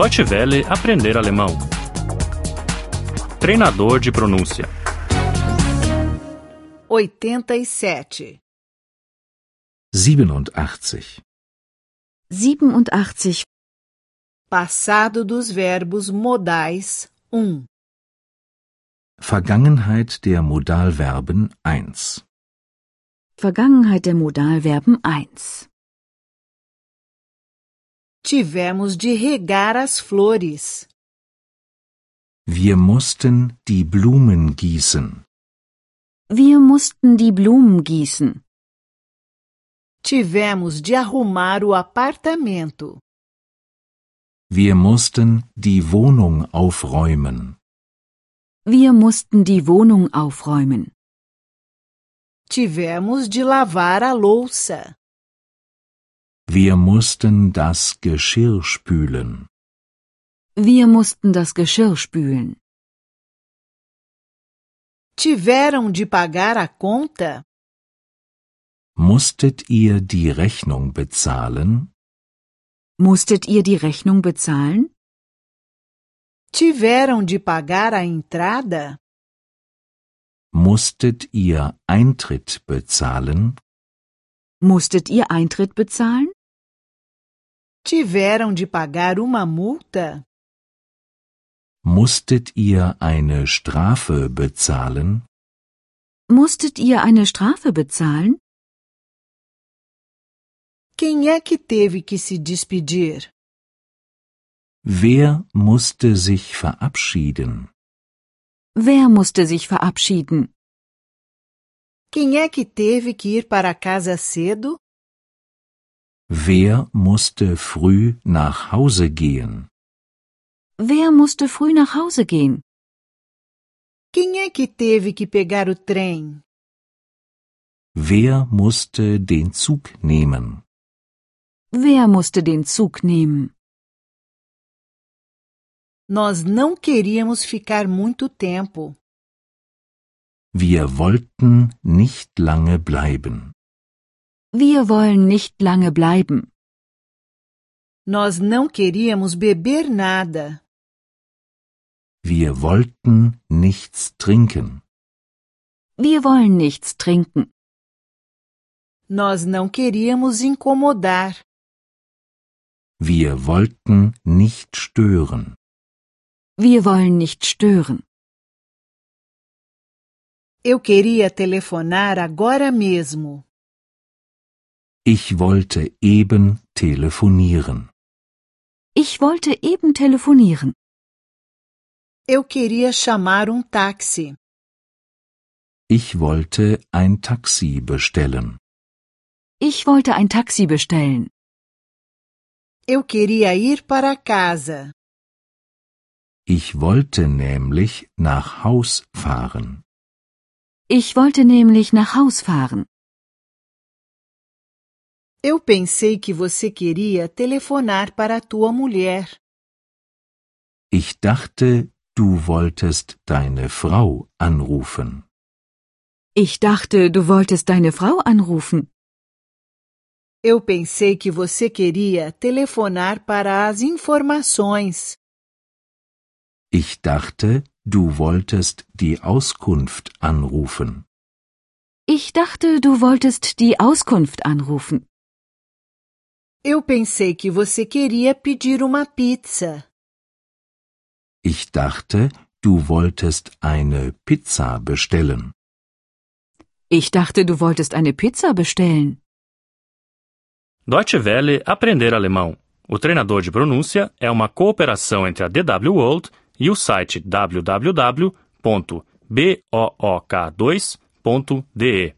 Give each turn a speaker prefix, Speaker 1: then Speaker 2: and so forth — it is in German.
Speaker 1: Deutsche Welle aprender alemão. Treinador de pronúncia.
Speaker 2: 87.
Speaker 3: 87.
Speaker 4: 87.
Speaker 2: Passado dos verbos modais 1.
Speaker 3: Vergangenheit der Modalverben 1.
Speaker 4: Vergangenheit der Modalverben 1.
Speaker 2: Tivemos de regar as flores.
Speaker 3: Wir mussten die Blumen gießen.
Speaker 4: Wir mussten die Blumen gießen.
Speaker 2: Tivemos de arrumar o apartamento.
Speaker 3: Wir mussten die Wohnung aufräumen.
Speaker 4: Wir mussten die Wohnung aufräumen.
Speaker 2: Tivemos de lavar a louça.
Speaker 3: Wir mussten das Geschirr spülen.
Speaker 4: Wir mussten das Geschirr spülen.
Speaker 2: Tiveram de pagar a conta.
Speaker 3: Musstet ihr die Rechnung bezahlen?
Speaker 4: Musstet ihr die Rechnung bezahlen?
Speaker 2: Tiveram de pagar a entrada.
Speaker 3: Musstet ihr Eintritt bezahlen?
Speaker 4: Musstet ihr Eintritt bezahlen?
Speaker 2: Tiveram de pagar uma multa.
Speaker 3: Musstet ihr eine Strafe bezahlen?
Speaker 4: Musstet ihr eine Strafe bezahlen?
Speaker 2: Quem é que teve que se despedir?
Speaker 3: Wer musste sich verabschieden?
Speaker 4: Wer musste sich verabschieden?
Speaker 2: Quem é que teve que ir para casa cedo?
Speaker 3: Wer musste früh nach Hause gehen?
Speaker 4: Wer musste früh nach Hause gehen?
Speaker 2: Quem é que teve que pegar o trem?
Speaker 3: Wer musste den Zug nehmen?
Speaker 4: Wer musste den Zug nehmen?
Speaker 2: Nós não queríamos ficar muito tempo.
Speaker 3: Wir wollten nicht lange bleiben.
Speaker 4: Wir wollen nicht lange bleiben.
Speaker 2: Nós não queríamos beber nada.
Speaker 3: Wir wollten nichts trinken.
Speaker 4: Wir wollen nichts trinken.
Speaker 2: Nós não queríamos incomodar.
Speaker 3: Wir wollten nicht stören.
Speaker 4: Wir wollen nicht stören.
Speaker 2: Eu queria telefonar agora mesmo.
Speaker 3: Ich wollte eben telefonieren.
Speaker 4: Ich wollte eben telefonieren.
Speaker 2: Eu queria chamar um táxi.
Speaker 3: Ich wollte ein Taxi bestellen.
Speaker 4: Ich wollte ein Taxi bestellen.
Speaker 2: Eu queria ir para casa.
Speaker 3: Ich wollte nämlich nach Haus fahren.
Speaker 4: Ich wollte nämlich nach Haus fahren.
Speaker 2: Eu pensei que você queria telefonar para tua mulher.
Speaker 3: Ich dachte, du wolltest deine Frau anrufen.
Speaker 4: Ich dachte, du wolltest deine Frau anrufen.
Speaker 2: Eu pensei que você queria telefonar para as informações.
Speaker 3: Ich dachte, du wolltest die Auskunft anrufen.
Speaker 4: Ich dachte, du wolltest die Auskunft anrufen.
Speaker 2: Eu pensei que você queria pedir uma pizza.
Speaker 3: Ich dachte, du wolltest eine Pizza bestellen.
Speaker 4: Ich dachte, du wolltest eine Pizza bestellen.
Speaker 1: Deutsche Welle aprender alemão. O treinador de pronúncia é uma cooperação entre a DW World e o site www.book2.de.